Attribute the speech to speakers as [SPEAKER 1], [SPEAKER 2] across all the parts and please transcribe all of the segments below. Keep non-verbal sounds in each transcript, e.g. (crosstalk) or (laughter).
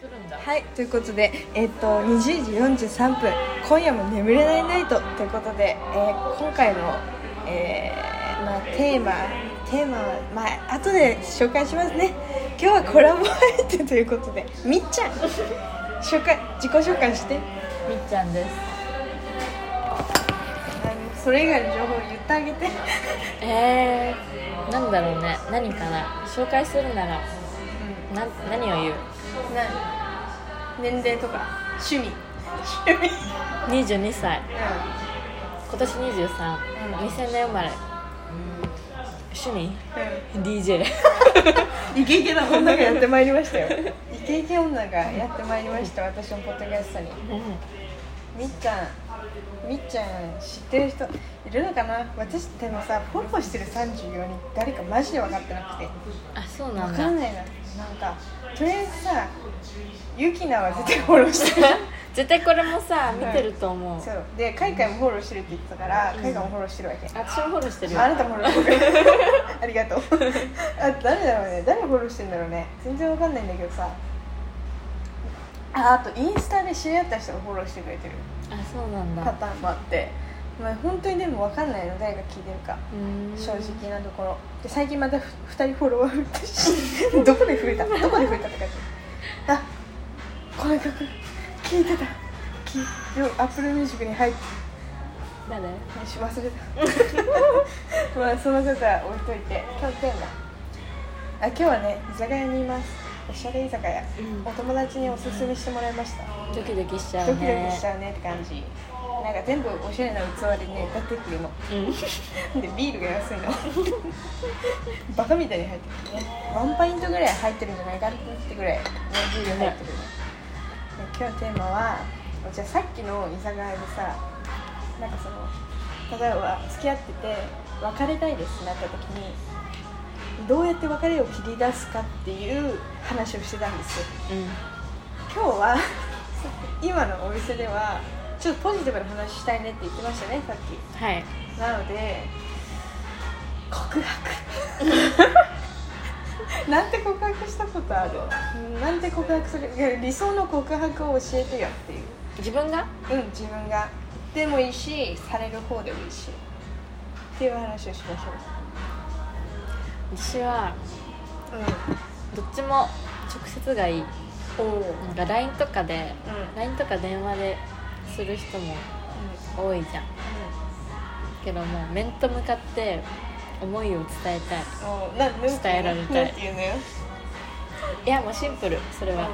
[SPEAKER 1] するんだ
[SPEAKER 2] はいということで、えっと20時43分今夜も眠れないナイトということで、えー今回の、えーまあ、テーマテーマは、まあ後で紹介しますね今日はコラボ相手ということでみっちゃん紹介自己紹介して
[SPEAKER 1] みっちゃんです
[SPEAKER 2] あのそれ以外の情報を言ってあげて
[SPEAKER 1] えー、なんだろうね何かな紹介するならな何を言う
[SPEAKER 2] な年齢とか趣味趣味
[SPEAKER 1] 22歳
[SPEAKER 2] う
[SPEAKER 1] 今年23、
[SPEAKER 2] うん
[SPEAKER 1] 2000年生まれ趣味 DJ
[SPEAKER 2] んイケイケな女がやってまいりましたよイケイケ女がやってまいりました私のポッドキャストにみっちゃんみっちゃん知ってる人いるのかな私でもさフォローしてる34人誰かマジで分かってなくて
[SPEAKER 1] あそうな
[SPEAKER 2] 分
[SPEAKER 1] ん
[SPEAKER 2] か
[SPEAKER 1] だ
[SPEAKER 2] んないななんかとりあえずさユキナは絶対フォローしてる
[SPEAKER 1] (laughs) 絶対これもさ見てると思う、
[SPEAKER 2] そうで海外もフォローしてるって言ってたから
[SPEAKER 1] うん
[SPEAKER 2] 海外もフォローしてるわけ、
[SPEAKER 1] 私もフォローしてるよ
[SPEAKER 2] あなたフォロー
[SPEAKER 1] (laughs)
[SPEAKER 2] してるありがとうあ誰だろうね誰フォローしてんだろうね全然分かんないんだけどさああとインスタで知り合った人がフォローしてくれてる
[SPEAKER 1] あそうなん
[SPEAKER 2] パ
[SPEAKER 1] だ
[SPEAKER 2] ターンもあって、まあ、本当にでも分かんないの誰が聞いてるか
[SPEAKER 1] うーん
[SPEAKER 2] 正直なところで最近またふ2人フォロワー増えた
[SPEAKER 1] (laughs)
[SPEAKER 2] しどこで増えたどこで増えたって感じあこの曲聴いてたきでもアップルミュージックに入って
[SPEAKER 1] 誰
[SPEAKER 2] し忘れた (laughs) まあそのことは置いといて今日テーマあ今日はね居酒屋にいますおしゃれ居酒屋
[SPEAKER 1] うん
[SPEAKER 2] お友達におすすめしてもらいました
[SPEAKER 1] ドキドキしちゃ
[SPEAKER 2] ド
[SPEAKER 1] う
[SPEAKER 2] キドキ
[SPEAKER 1] ね
[SPEAKER 2] しちゃうねって感じなんか全部おしゃれな器でね立ってくるの
[SPEAKER 1] うん
[SPEAKER 2] でビールが安いの (laughs) バカみたいに入ってくるねワンパイントぐらい入ってるんじゃないかってぐらいねビール入ってくるねで今日テーマはじゃあさっきの居酒屋でさなんかその例えば付き合ってて別れたいですってなった時にどうやって別れを切り出すかっていう話をしてたんですよ今日は (laughs) 今のお店ではちょっとポジティブな話したいねって言ってましたねさっき
[SPEAKER 1] はい
[SPEAKER 2] なので告白 (laughs) なんて告白したことあるなんて告白するいや理想の告白を教えてよっていう
[SPEAKER 1] 自分が
[SPEAKER 2] うん自分がでもいいしされる方でもいいしっていう話をしまし
[SPEAKER 1] 私は
[SPEAKER 2] ょう
[SPEAKER 1] どっちも直接がいい
[SPEAKER 2] うんおおうんうん
[SPEAKER 1] なんか LINE とかで LINE とか電話でする人も多いじゃんけどもう面と向かって思いを伝えたい
[SPEAKER 2] おななんて
[SPEAKER 1] 伝えられたい
[SPEAKER 2] なんて言うのよ
[SPEAKER 1] いやもうシンプルそれは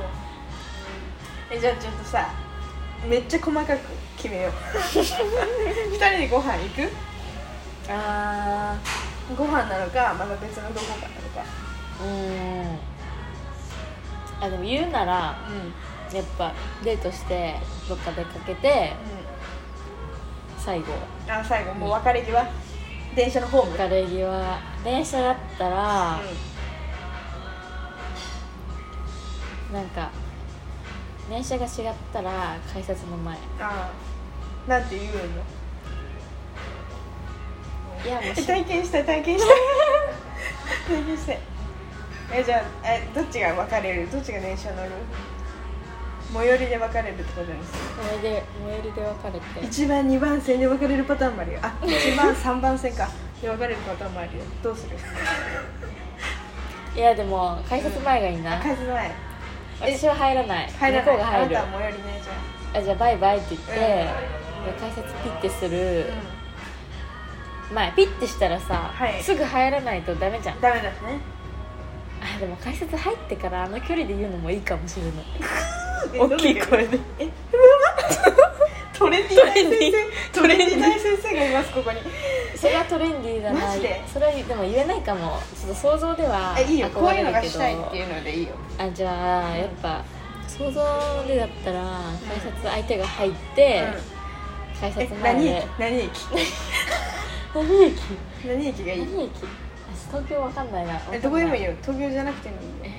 [SPEAKER 2] えじゃあちょっとさめっちゃ細かく決 (laughs) めよう二人でご飯行く
[SPEAKER 1] あ
[SPEAKER 2] ご飯なのかまた別のどこかなのか
[SPEAKER 1] ーうーんあでも言うなら
[SPEAKER 2] うん
[SPEAKER 1] やっぱデートしてどっか出かけて最後
[SPEAKER 2] あ最後もう別れ際電車のホーム
[SPEAKER 1] 別れ際電車だったら、なんか電車が違ったら改札の前
[SPEAKER 2] ああなんて言うの
[SPEAKER 1] いやもう
[SPEAKER 2] え
[SPEAKER 1] し
[SPEAKER 2] 体験したい体 (laughs) 験したい体験したいえじゃあえどっちが別れるどっちが電車乗る最寄りで別れるってことです
[SPEAKER 1] 最寄りで最寄りで別れて
[SPEAKER 2] 1番2番線で別れるパターンもあるよあ1番3番線かで別れるパターンもあるよどうする
[SPEAKER 1] いやでも改札前がいいな、
[SPEAKER 2] 数前
[SPEAKER 1] 私は入らない
[SPEAKER 2] 入ら
[SPEAKER 1] 向
[SPEAKER 2] な
[SPEAKER 1] こ
[SPEAKER 2] いうあ
[SPEAKER 1] が入
[SPEAKER 2] な
[SPEAKER 1] る
[SPEAKER 2] たは最寄りねじゃ
[SPEAKER 1] あじゃあバイバイって言って、改札ピッてする
[SPEAKER 2] あ、、
[SPEAKER 1] 前ピッてしたらさ、
[SPEAKER 2] はい
[SPEAKER 1] すぐ入らないとダメじゃん
[SPEAKER 2] ダメだね
[SPEAKER 1] あでも改札入ってからあの距離で言うのもいいかもしれ
[SPEAKER 2] (laughs)
[SPEAKER 1] ない
[SPEAKER 2] 大
[SPEAKER 1] 大
[SPEAKER 2] き
[SPEAKER 1] き
[SPEAKER 2] い
[SPEAKER 1] い
[SPEAKER 2] 声
[SPEAKER 1] 声
[SPEAKER 2] で
[SPEAKER 1] で
[SPEAKER 2] えトレンディー大先生トレンディー大先生がいますここに
[SPEAKER 1] それはトレンディーだな
[SPEAKER 2] マジで
[SPEAKER 1] それはでも言えないかもちょっと想像では
[SPEAKER 2] えいいよこういうのがしたい
[SPEAKER 1] 憧
[SPEAKER 2] っ
[SPEAKER 1] れ
[SPEAKER 2] て
[SPEAKER 1] る
[SPEAKER 2] いうのでいいよ
[SPEAKER 1] けどあじゃあやっぱ想像でだったら改札相手が入って、改
[SPEAKER 2] え
[SPEAKER 1] 札前
[SPEAKER 2] 何駅
[SPEAKER 1] で
[SPEAKER 2] 何駅
[SPEAKER 1] 何駅
[SPEAKER 2] 何駅がいい
[SPEAKER 1] 何駅私東京わかんないな
[SPEAKER 2] えどこでもいい
[SPEAKER 1] よ
[SPEAKER 2] よ東京じゃなくてもいいよ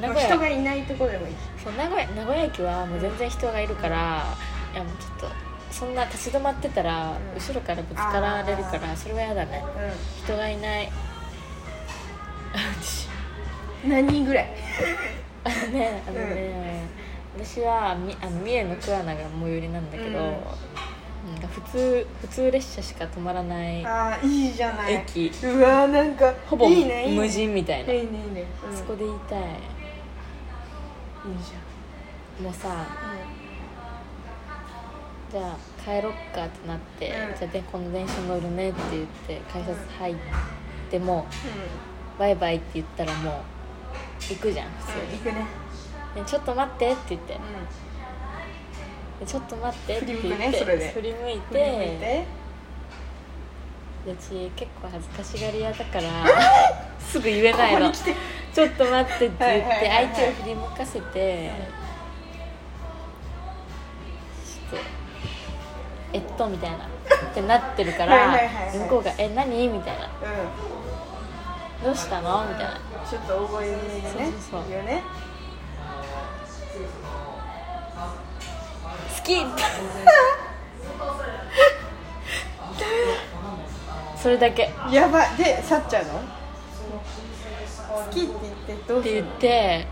[SPEAKER 1] 名古屋
[SPEAKER 2] 人がいないとこでもいい
[SPEAKER 1] そう名古屋名古屋駅はもう全然人がいるから、いやもうちょっとそんな立ち止まってたら、
[SPEAKER 2] うん
[SPEAKER 1] 後ろからぶつかられるからそれは嫌だね (laughs) 人がいない私
[SPEAKER 2] うん何人ぐらい
[SPEAKER 1] あのねあのね、私はみあの三重の桑名が最寄りなんだけ
[SPEAKER 2] う
[SPEAKER 1] ど、
[SPEAKER 2] ん
[SPEAKER 1] なんか普通普通列車しか止まらない
[SPEAKER 2] あーいいじゃないう
[SPEAKER 1] 駅
[SPEAKER 2] わーなんか
[SPEAKER 1] ほぼ
[SPEAKER 2] いいねいいね
[SPEAKER 1] 無人みたいな、
[SPEAKER 2] いいねいいね、うん
[SPEAKER 1] そこで言いたい
[SPEAKER 2] いいじゃ
[SPEAKER 1] もうさ
[SPEAKER 2] ん、うん
[SPEAKER 1] じゃあ帰ろっかってなって、
[SPEAKER 2] うん
[SPEAKER 1] じゃあでこの電車乗るねって言って改札入っても
[SPEAKER 2] う
[SPEAKER 1] バイバイって言ったらもう行くじゃん普通
[SPEAKER 2] ん、行くね、
[SPEAKER 1] に、でちょっと待ってって言って
[SPEAKER 2] う
[SPEAKER 1] でちょっと待ってって言っ
[SPEAKER 2] 振
[SPEAKER 1] て
[SPEAKER 2] り向くねそれで
[SPEAKER 1] 振り向い
[SPEAKER 2] ん、
[SPEAKER 1] て
[SPEAKER 2] で見て
[SPEAKER 1] うち結構恥ずかしがり屋だ
[SPEAKER 2] (laughs)
[SPEAKER 1] からすぐ言えない
[SPEAKER 2] ここ
[SPEAKER 1] の
[SPEAKER 2] に来て、
[SPEAKER 1] ちょっと待ってって言って、
[SPEAKER 2] はいはいはいはい
[SPEAKER 1] 相手を振り向かせて、ちょっとえっとみたいなってなってるから
[SPEAKER 2] はいはいはいはい
[SPEAKER 1] 向こうが「え何?」みたいな
[SPEAKER 2] う、
[SPEAKER 1] 「どうしたの?」みたいなん
[SPEAKER 2] ちょっと大声でね
[SPEAKER 1] そうそうそう
[SPEAKER 2] いいよね
[SPEAKER 1] 「好き!」 (laughs) ってそれだけっ
[SPEAKER 2] やばいで去っちゃうの好きって言ってどうす
[SPEAKER 1] て
[SPEAKER 2] る
[SPEAKER 1] 言
[SPEAKER 2] の
[SPEAKER 1] って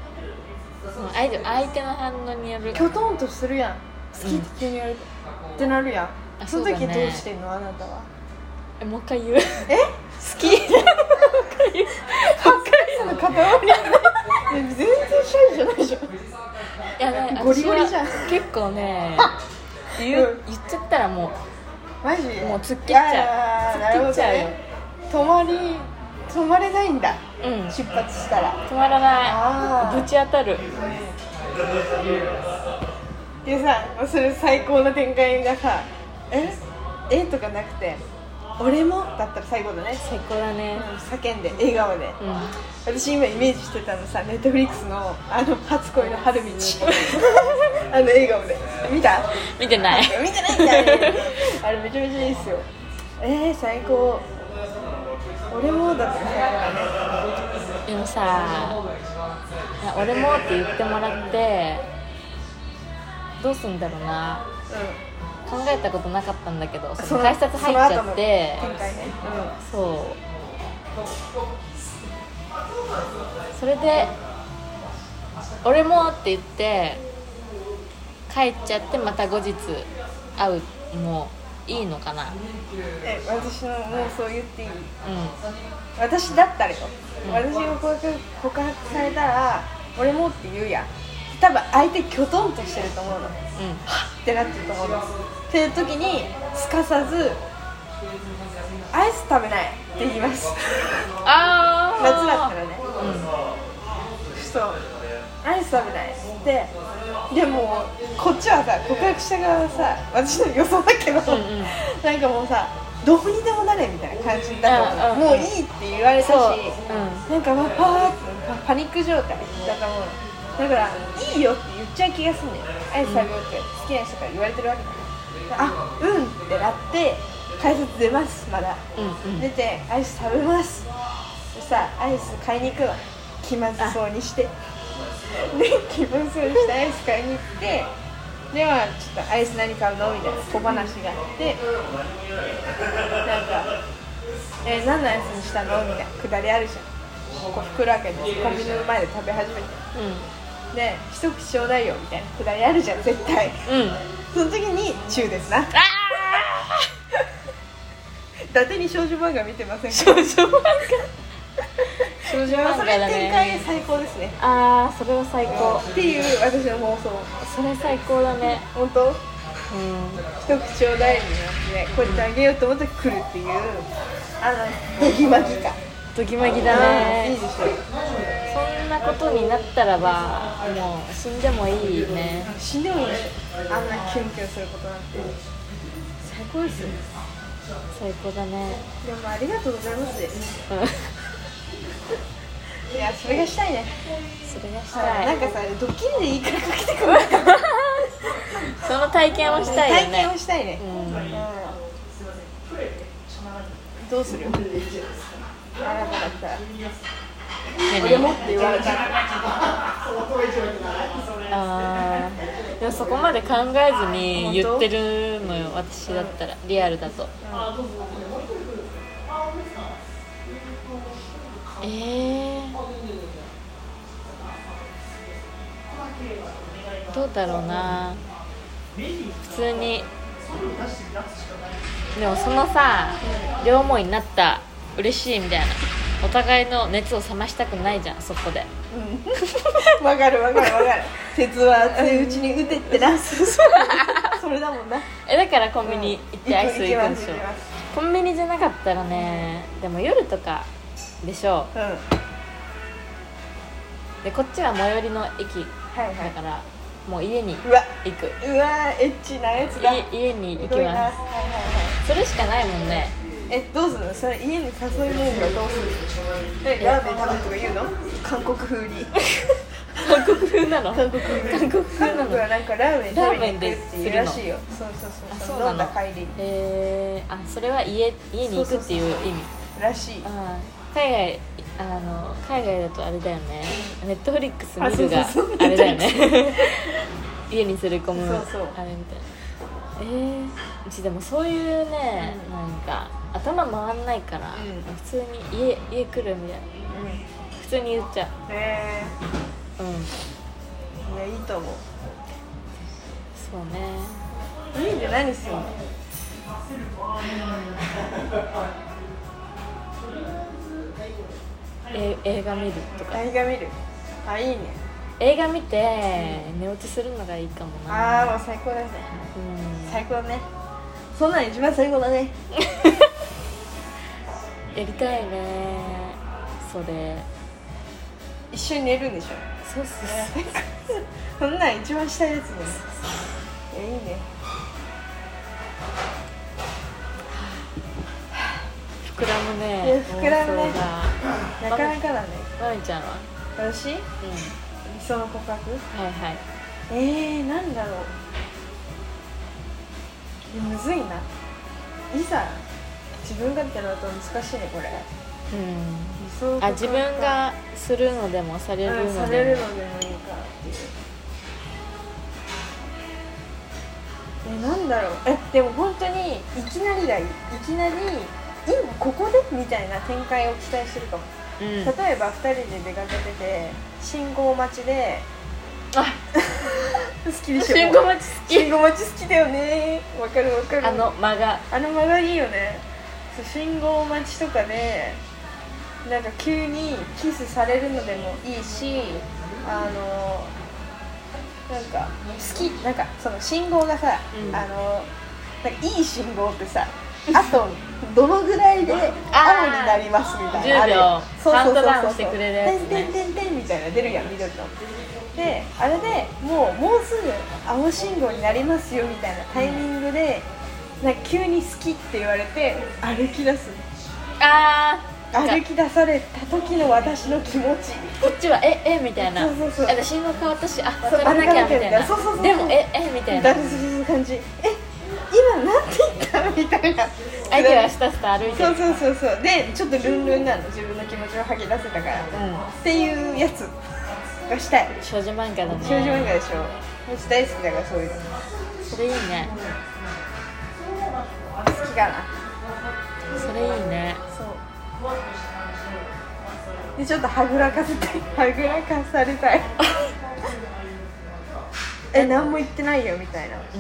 [SPEAKER 1] もう相手相手の反応による
[SPEAKER 2] きょとんとするやん好きって急に言われて、ってなるやん
[SPEAKER 1] あ
[SPEAKER 2] その時
[SPEAKER 1] そうだね
[SPEAKER 2] どうしてんのあなたは
[SPEAKER 1] えもう一回言
[SPEAKER 2] え
[SPEAKER 1] う (laughs) 好き
[SPEAKER 2] その片割り全然シャイじゃないでしょ
[SPEAKER 1] いやね
[SPEAKER 2] ゴリゴリじゃん
[SPEAKER 1] 私は結構
[SPEAKER 2] (laughs)
[SPEAKER 1] ね言う言っちゃったらも
[SPEAKER 2] マジで
[SPEAKER 1] もう突っ切っちゃう
[SPEAKER 2] いやーなるほ
[SPEAKER 1] 突っ切っちゃうよ
[SPEAKER 2] どね止まり止まれないんだ
[SPEAKER 1] ううん
[SPEAKER 2] 出発したら
[SPEAKER 1] 止まら
[SPEAKER 2] あ
[SPEAKER 1] ない
[SPEAKER 2] ー
[SPEAKER 1] ぶち当たる
[SPEAKER 2] でさそれ最高の展開がさ「ええとかなくて「俺も」だったら最後だね
[SPEAKER 1] 最高だ
[SPEAKER 2] うん
[SPEAKER 1] ね
[SPEAKER 2] 叫んで笑顔で
[SPEAKER 1] うん
[SPEAKER 2] 私今イメージしてたのさネットフリックスのあの「初恋の春道」 (laughs) あの笑顔で見た
[SPEAKER 1] 見てない
[SPEAKER 2] 見てないんだよねあれめちゃめちゃいいっすよえー、最高俺もだったら最高だね
[SPEAKER 1] でもさいや俺もって言ってもらってどうすんだろうな
[SPEAKER 2] う
[SPEAKER 1] 考えたことなかったんだけど
[SPEAKER 2] ん
[SPEAKER 1] その改札入っちゃって
[SPEAKER 2] その後の展開ね
[SPEAKER 1] そうそれで「俺も」って言って帰っちゃってまた後日会うもいいのかな
[SPEAKER 2] うんえ私の妄想言っていい
[SPEAKER 1] うん
[SPEAKER 2] 私だったらよ、
[SPEAKER 1] うん
[SPEAKER 2] 私が告白告白されたら俺もって言うやん多分相手きょとんとしてると思うの
[SPEAKER 1] うん
[SPEAKER 2] ってなってると思うのっていう時にすかさずアイス食べないって言います
[SPEAKER 1] ああ
[SPEAKER 2] 夏だったらね
[SPEAKER 1] う
[SPEAKER 2] そうアイス食べないっつってでもこっちはさ告白した側はさ私の予想だけど、
[SPEAKER 1] んうん
[SPEAKER 2] なんかもうさどうにでもなれみたいな感じだと思う、
[SPEAKER 1] うんうん
[SPEAKER 2] もういいって言われ
[SPEAKER 1] ん
[SPEAKER 2] たし
[SPEAKER 1] そう
[SPEAKER 2] なんかわパーってパパニック状態だと思うのだから「いいよ」って言っちゃう気がすんねんアイス食べようって好きな人から言われてるわけだからあうんってなって改札出ますまだ
[SPEAKER 1] うんうんうん
[SPEAKER 2] 出てアイス食べますでさアイス買いに行くわ気まずそうに (laughs) してで気まずそうにしてアイス買いに行ってではちょっとアイス何買うのみたいな小話があってなんか「え何のアイスにしたの?」みたいなくだりあるじゃんここ袋開けてコンビニの前で食べ始めてで「一口ちょうだいよ」みたいなくだりあるじゃん絶対
[SPEAKER 1] うんうん
[SPEAKER 2] その時に「中」ですな伊
[SPEAKER 1] あ
[SPEAKER 2] (laughs) 達に少女漫画見てませんか
[SPEAKER 1] あ少
[SPEAKER 2] (laughs)
[SPEAKER 1] 女漫画少女漫
[SPEAKER 2] そ
[SPEAKER 1] 画
[SPEAKER 2] れ
[SPEAKER 1] だ
[SPEAKER 2] 展開
[SPEAKER 1] ね
[SPEAKER 2] 最高ですね
[SPEAKER 1] ああそれは最高
[SPEAKER 2] っていう私の妄想
[SPEAKER 1] それ最高だね
[SPEAKER 2] 本当
[SPEAKER 1] うん
[SPEAKER 2] 一口ちょうだいにねこうやってあげようと思って来るっていうあのドギマギか
[SPEAKER 1] ドキマギだね
[SPEAKER 2] いいでしょ
[SPEAKER 1] そんなことになったらばもう死んでもいいね
[SPEAKER 2] 死んでもいいでしょあんなキュンキュンすることなんて最高ですよ
[SPEAKER 1] 最高だね
[SPEAKER 2] でもありがとうございますい
[SPEAKER 1] うん
[SPEAKER 2] やそれがしたいね、
[SPEAKER 1] それがし
[SPEAKER 2] はい、
[SPEAKER 1] た (laughs)
[SPEAKER 2] ないんかさドッキリでいいからかけてくれ
[SPEAKER 1] その体験をしたいよ
[SPEAKER 2] 体
[SPEAKER 1] ね
[SPEAKER 2] 験をしたいね、
[SPEAKER 1] うん
[SPEAKER 2] うんどうするあなただったら俺も
[SPEAKER 1] 何
[SPEAKER 2] って言われたら
[SPEAKER 1] あーでもそこまで考えずに言ってるのよ私だったらリアルだとええーどうだろうな普通にでもそのさ両思いになった嬉しいみたいなお互いの熱を冷ましたくないじゃんそこで
[SPEAKER 2] うん、わかるわかるわかる鉄は熱いうちに打てって
[SPEAKER 1] (laughs)
[SPEAKER 2] なそれだもんな
[SPEAKER 1] えだからコンビニ行ってアイス行くんでしょ
[SPEAKER 2] 行きます
[SPEAKER 1] コンビニじゃなかったらねでも夜とかでしょ
[SPEAKER 2] 行きます
[SPEAKER 1] でこっちは最寄りの駅
[SPEAKER 2] うんはいは
[SPEAKER 1] だ
[SPEAKER 2] い
[SPEAKER 1] からもう家に
[SPEAKER 2] うわ
[SPEAKER 1] 行く
[SPEAKER 2] うわエッチなやつだ
[SPEAKER 1] い家に行
[SPEAKER 2] ひ
[SPEAKER 1] き
[SPEAKER 2] どいなは
[SPEAKER 1] ま
[SPEAKER 2] いはいは
[SPEAKER 1] すそれしかないもんね
[SPEAKER 2] いえどうするのそれ家に誘い文がどうするえラーメン食べるとか言うの韓国風に
[SPEAKER 1] 韓国風なの
[SPEAKER 2] 韓国風
[SPEAKER 1] 韓国風な
[SPEAKER 2] 韓
[SPEAKER 1] の
[SPEAKER 2] 国はなんかラーメン食べに行くっていうらしいよそうそう
[SPEAKER 1] あ
[SPEAKER 2] そう
[SPEAKER 1] そう
[SPEAKER 2] そう
[SPEAKER 1] な
[SPEAKER 2] 飲んだ
[SPEAKER 1] の
[SPEAKER 2] 帰り
[SPEAKER 1] えー、あそれは家家に行くっていう意味
[SPEAKER 2] らしい
[SPEAKER 1] あー海外あの海外だとあれだよねネットフリックス
[SPEAKER 2] あ
[SPEAKER 1] 見るが
[SPEAKER 2] そうそうそう
[SPEAKER 1] あれだよね家に連れ込む
[SPEAKER 2] そうそう
[SPEAKER 1] あれみたいなえー、うちでもそういうね、
[SPEAKER 2] うん
[SPEAKER 1] なんか頭回んないから、
[SPEAKER 2] うん
[SPEAKER 1] 普通に家家来るみたいな
[SPEAKER 2] うん
[SPEAKER 1] 普通に言っちゃ
[SPEAKER 2] ね
[SPEAKER 1] ううん
[SPEAKER 2] えいやいいと思う
[SPEAKER 1] そうね
[SPEAKER 2] 家で何するの
[SPEAKER 1] え映画見るとか
[SPEAKER 2] 映画見るあいいね
[SPEAKER 1] 映画見て寝落ちするのがいいかもな
[SPEAKER 2] ああもう最高だね
[SPEAKER 1] うん
[SPEAKER 2] 最高だねそんなん一番最高だね
[SPEAKER 1] やりたいねそれ
[SPEAKER 2] 一緒に寝るんでしょ
[SPEAKER 1] そうそうそう
[SPEAKER 2] そんなん一番したいやつだねいやいいね
[SPEAKER 1] 膨らむ
[SPEAKER 2] いや
[SPEAKER 1] ね
[SPEAKER 2] 膨らむね
[SPEAKER 1] 妄想が
[SPEAKER 2] なかなかだね
[SPEAKER 1] まみちゃんは
[SPEAKER 2] 私理
[SPEAKER 1] うん
[SPEAKER 2] 想の告白
[SPEAKER 1] はいはい
[SPEAKER 2] えー、なんだろういやむずいないざ自分がってなると難しいねこれ
[SPEAKER 1] うん
[SPEAKER 2] 理想の告白か
[SPEAKER 1] あ自分がするのでもされる
[SPEAKER 2] うん
[SPEAKER 1] の
[SPEAKER 2] され
[SPEAKER 1] で
[SPEAKER 2] る
[SPEAKER 1] も
[SPEAKER 2] のでもいいかっていうえなんだろうえでも本当にいきなりだいいきなり今ここでみたいな展開を期待してるかも、
[SPEAKER 1] うん
[SPEAKER 2] 例えば2人で出かけてて信号待ちで
[SPEAKER 1] あ
[SPEAKER 2] 好きでしょ
[SPEAKER 1] 信号待ち
[SPEAKER 2] 信号待ち好きだよねわかるわか
[SPEAKER 1] 好き
[SPEAKER 2] る
[SPEAKER 1] あの間が
[SPEAKER 2] あの間がいいよねそう信号待ちとかでなんか急にキスされるのでもいいしあのなんか好きなんかその信号がさ、
[SPEAKER 1] うん
[SPEAKER 2] あのなんかいい信号ってさあとどのぐらいで青になりますみたいな
[SPEAKER 1] 10秒
[SPEAKER 2] あれそうそうそうそう
[SPEAKER 1] カウントダウンしてくれるやつね
[SPEAKER 2] てんてんてんてんみたいな出るやん緑のであれでもうもうすぐ青信号になりますよみたいなタイミングで、なんか急に好きって言われて歩き出す
[SPEAKER 1] あーなん
[SPEAKER 2] 歩
[SPEAKER 1] か
[SPEAKER 2] き出された時の私の気持ち
[SPEAKER 1] こっちはええみたいな
[SPEAKER 2] そうそうそう
[SPEAKER 1] あ信号変わったしあ
[SPEAKER 2] う
[SPEAKER 1] 渡らなきゃみたいな
[SPEAKER 2] そうそうそうそう
[SPEAKER 1] でもええみたいな
[SPEAKER 2] だるする感じえ今なんて言ったみたいな
[SPEAKER 1] 相手はスタスタ歩いて
[SPEAKER 2] そう
[SPEAKER 1] る
[SPEAKER 2] そうそうそうでちょっとルンルンなの自分の気持ちを吐き出せたから、
[SPEAKER 1] ん
[SPEAKER 2] っていうやつがしたい
[SPEAKER 1] 少女漫画だね
[SPEAKER 2] 少女漫画でしょ私大好きだからそういうの
[SPEAKER 1] それいいね
[SPEAKER 2] 好きかな
[SPEAKER 1] それいいね
[SPEAKER 2] そうでちょっとはぐらかせたい (laughs) はぐらかされ (laughs) たいえ何も言ってないよみたいな
[SPEAKER 1] う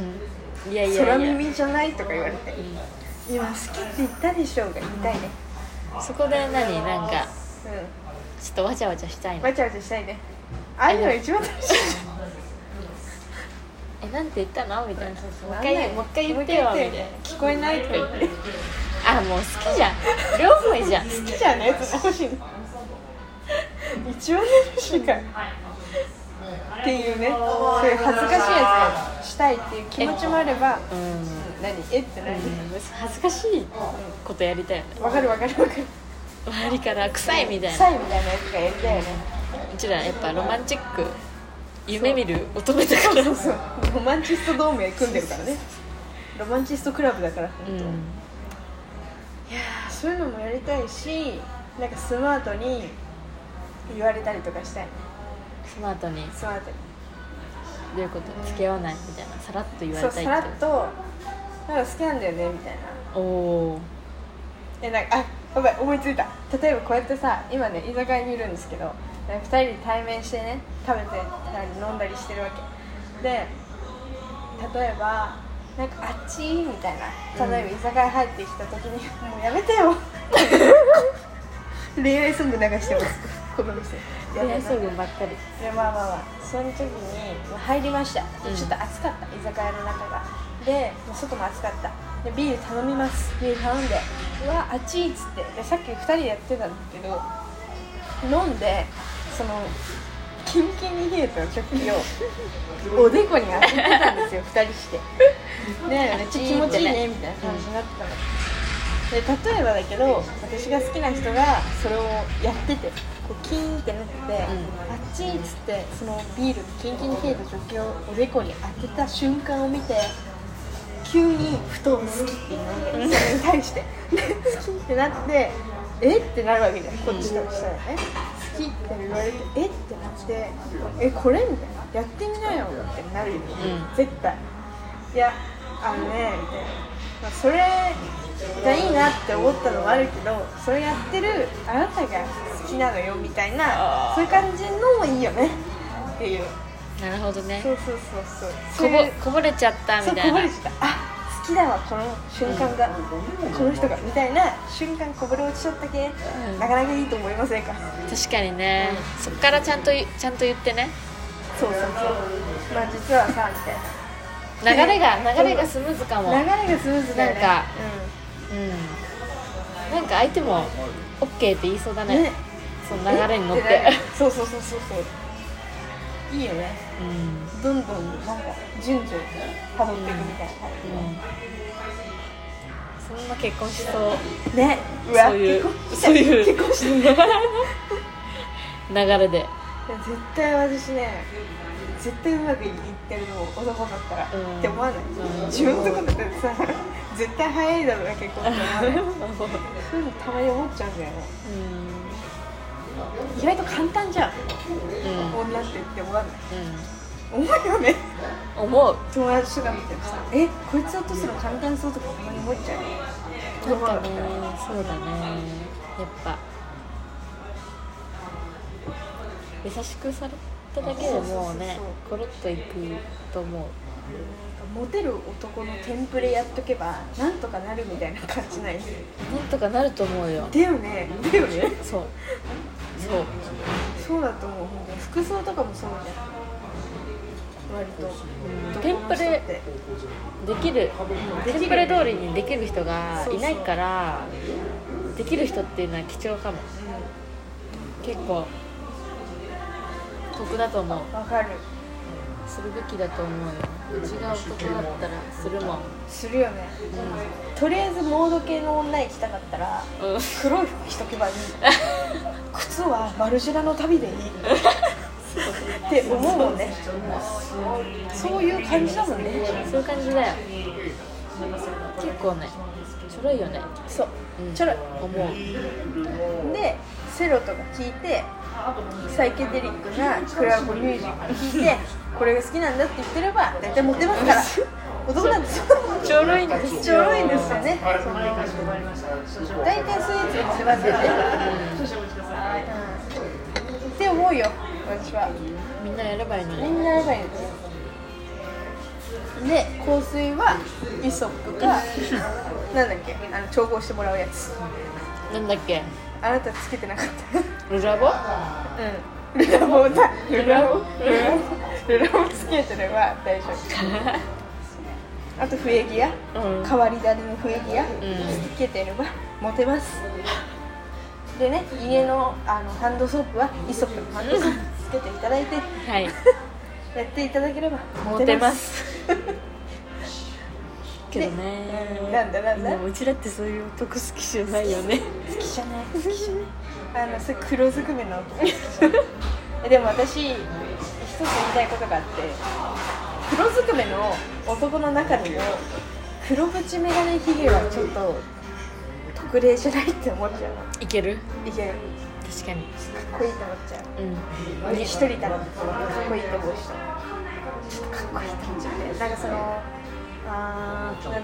[SPEAKER 1] んいやいや
[SPEAKER 2] 空
[SPEAKER 1] いや
[SPEAKER 2] 耳じゃないとか言われて今好きって言ったでしょうが言いたいね
[SPEAKER 1] そこで何なん
[SPEAKER 2] う
[SPEAKER 1] かちょっとわちゃわちゃしたい
[SPEAKER 2] ん
[SPEAKER 1] の
[SPEAKER 2] わちゃわちゃしたいねああいうのが一番楽しい (laughs)
[SPEAKER 1] えなんて言ったのみたいなもう一
[SPEAKER 2] なんな
[SPEAKER 1] 回
[SPEAKER 2] い
[SPEAKER 1] もう一回言ってよみたい
[SPEAKER 2] 聞こえないとか言って
[SPEAKER 1] なあもう好きじゃん両思いじゃん
[SPEAKER 2] 好きじゃねえって楽しいの一番楽しいからっていうねそういう恥ずかしいやつしたいっていう気持ちもあれば
[SPEAKER 1] うん、うん、
[SPEAKER 2] 何えって何
[SPEAKER 1] 恥ずかしいことやりたいよね
[SPEAKER 2] わかるわかるわかる
[SPEAKER 1] 周りから臭いみたいな
[SPEAKER 2] 臭いみたいなやつがやりたいよね
[SPEAKER 1] うちらやっぱロマンチック夢見る乙女だから
[SPEAKER 2] そうそうロマンチスト同盟組んでるからねロマンチストクラブだから本
[SPEAKER 1] う
[SPEAKER 2] 当、
[SPEAKER 1] ん
[SPEAKER 2] いやーそういうのもやりたいしなんかスマートに言われたりとかしたい
[SPEAKER 1] その後に
[SPEAKER 2] スマートに
[SPEAKER 1] どういうこと付き合わないみたいなさらっと言わ
[SPEAKER 2] そ
[SPEAKER 1] れ
[SPEAKER 2] う
[SPEAKER 1] た
[SPEAKER 2] さ
[SPEAKER 1] い
[SPEAKER 2] らっ
[SPEAKER 1] って
[SPEAKER 2] と「なんか好きなんだよね」みたいな
[SPEAKER 1] おお
[SPEAKER 2] えなんかあやばい思いついた例えばこうやってさ今ね居酒屋にいるんですけどなんか2人で対面してね食べてたり飲んだりしてるわけで例えばなんかあっちいみたいな例えば居酒屋入ってきた時に、もうやめてよ (laughs) 恋愛ソング流してます (laughs) この店
[SPEAKER 1] 恋愛ソングばっかり
[SPEAKER 2] でまあまあまあその時にまあ入りましたで
[SPEAKER 1] うん
[SPEAKER 2] ちょっと暑かった、居酒屋の中がでもう外も暑かったでビール頼みますビール頼んでうわあっちいっつってでさっき2人でやってたんだけど飲んでそのキンキンに冷えたチョキ
[SPEAKER 1] (laughs)
[SPEAKER 2] をおでこに当ててたんですよ2人してねめっちゃ気持ちいいねみたいな感じになってたの、で例えばだけど私が好きな人がそれをやっててこうキーンってなってて、あっちいっつってそのビールキンキンに冷えたジョッキをおでこに当てた瞬間を見て急にふと好きって言うのねそれに対してで好きってなってえってなるわけじゃんこっちからしたらね好きって言われてえってなってえこれみたいなやってみなよってなるよ、ね
[SPEAKER 1] うん
[SPEAKER 2] 絶対いやあのねみたいな、まあ、それがいいなって思ったのもあるけどそれやってるあなたが好きなのよみたいなそういう感じのもいいよねっていう
[SPEAKER 1] なるほどね
[SPEAKER 2] そうそうそうそ
[SPEAKER 1] こ
[SPEAKER 2] う
[SPEAKER 1] ぼ
[SPEAKER 2] そう
[SPEAKER 1] こぼれちゃったみ
[SPEAKER 2] そう
[SPEAKER 1] たい
[SPEAKER 2] こぼ
[SPEAKER 1] な
[SPEAKER 2] れてたあ好きだわこの瞬間が、この人がみたいな瞬間こぼれ落ちちゃったけ、
[SPEAKER 1] ん
[SPEAKER 2] なかなかいいと思いませんか
[SPEAKER 1] 確かにね、そっからちゃんといちゃんと言ってね
[SPEAKER 2] そうそうそうまあ実はさみたいな
[SPEAKER 1] 流れが
[SPEAKER 2] ね
[SPEAKER 1] 流れがスムーズかも、う
[SPEAKER 2] 流
[SPEAKER 1] ん、
[SPEAKER 2] れがスムーズだよね
[SPEAKER 1] なんかなんか相手も OK って言いそうだ
[SPEAKER 2] うん
[SPEAKER 1] ね
[SPEAKER 2] ね
[SPEAKER 1] その流れに乗って
[SPEAKER 2] えなるそうそうそうそうそういいよね
[SPEAKER 1] うん
[SPEAKER 2] どんどんなんか順序たどっていくみたいな感
[SPEAKER 1] うんそんな結婚しそう
[SPEAKER 2] じねうわ
[SPEAKER 1] そうい
[SPEAKER 2] 結
[SPEAKER 1] う
[SPEAKER 2] 婚した
[SPEAKER 1] そう
[SPEAKER 2] い
[SPEAKER 1] いう
[SPEAKER 2] 結婚したい
[SPEAKER 1] (laughs) 流
[SPEAKER 2] (laughs)
[SPEAKER 1] れで
[SPEAKER 2] いや絶対私ね絶対うまくいってるの男だったら、
[SPEAKER 1] うん
[SPEAKER 2] って思わない、
[SPEAKER 1] うん
[SPEAKER 2] 自分のとこだったらさ (laughs) 絶対早いだろうな結婚って思わないそういうのたまに思っちゃうんだよね
[SPEAKER 1] う
[SPEAKER 2] 意外と簡単じゃん、
[SPEAKER 1] んうん
[SPEAKER 2] 女ってって思わない
[SPEAKER 1] うん
[SPEAKER 2] 思うよね
[SPEAKER 1] 思う
[SPEAKER 2] 友達とか見てもさえこいつ落とすの簡単そうとかたまに思っちゃうよ
[SPEAKER 1] な
[SPEAKER 2] 男
[SPEAKER 1] ん
[SPEAKER 2] だ
[SPEAKER 1] か
[SPEAKER 2] っ
[SPEAKER 1] ね
[SPEAKER 2] たら
[SPEAKER 1] そうだねやっぱ優しくされただけでもうねコロッといくと思う
[SPEAKER 2] モテる男のテンプレやっとけばなんとかなるみたいな感じない
[SPEAKER 1] なんとかなると思うよ
[SPEAKER 2] だよねだよね
[SPEAKER 1] そうそ
[SPEAKER 2] そ
[SPEAKER 1] う
[SPEAKER 2] うだと思う本当に服装とかもそうじゃん割と
[SPEAKER 1] ん
[SPEAKER 2] 男の人って
[SPEAKER 1] テできる
[SPEAKER 2] できる
[SPEAKER 1] テンプレ通りにできる人がいないからできる人っていうのは貴重かも結構得だと思う
[SPEAKER 2] うんわかる
[SPEAKER 1] するべきだと思うようちが男だったらするもん
[SPEAKER 2] するよねとりあえずモード系の女行きたかったら
[SPEAKER 1] うん、うん、
[SPEAKER 2] 黒い服着とけ (laughs) ばいい靴はマルジェラの旅でいいって思うもんねそういう感じだもんね
[SPEAKER 1] そういう感じだよ結構ねちょろいよね
[SPEAKER 2] そう
[SPEAKER 1] うん
[SPEAKER 2] ちょろい
[SPEAKER 1] 思う
[SPEAKER 2] でセロとか聞いてサイケデリックなクラブミュージック聞いてこれが好きなんだって言ってれば大体モテますから男なんですよ
[SPEAKER 1] ちょろいんですよ
[SPEAKER 2] ちょろいんですよね大体スイーツにしてますよね、うん、って思うよ私は
[SPEAKER 1] みんなやればいいの
[SPEAKER 2] み
[SPEAKER 1] に
[SPEAKER 2] んなやればいいんですよで香水はイソップかなんだっけあの調合してもらうやつ
[SPEAKER 1] なんだっけ
[SPEAKER 2] あなたつけてなかった
[SPEAKER 1] ルラボ
[SPEAKER 2] うんルラボだルラボルラボルラボつけてれば大丈夫あと笛ギア
[SPEAKER 1] うん
[SPEAKER 2] 変わり種の笛ギア
[SPEAKER 1] ん
[SPEAKER 2] つけてればモテますでね家のあのハンドソープはイソップのハンドソープつけていただいて
[SPEAKER 1] はい
[SPEAKER 2] やっていただければ
[SPEAKER 1] モテますけどね
[SPEAKER 2] うんなんだなんだ
[SPEAKER 1] でもうちだってそういう男好きじゃないよね
[SPEAKER 2] 好きじゃない好きじゃないあの (laughs) それ黒ずくめの男 (laughs) えでも私一つ言いたいことがあって黒ずくめの男の中でも黒縁メガネひげはちょっと特例じゃないって思っちゃうの
[SPEAKER 1] いける
[SPEAKER 2] いける
[SPEAKER 1] 確かに
[SPEAKER 2] かっこいいと思っちゃう
[SPEAKER 1] うん
[SPEAKER 2] 一人だろかっこいいと思う人ちょっとかっこいいと思っちゃうねなんかそのあーなんだっ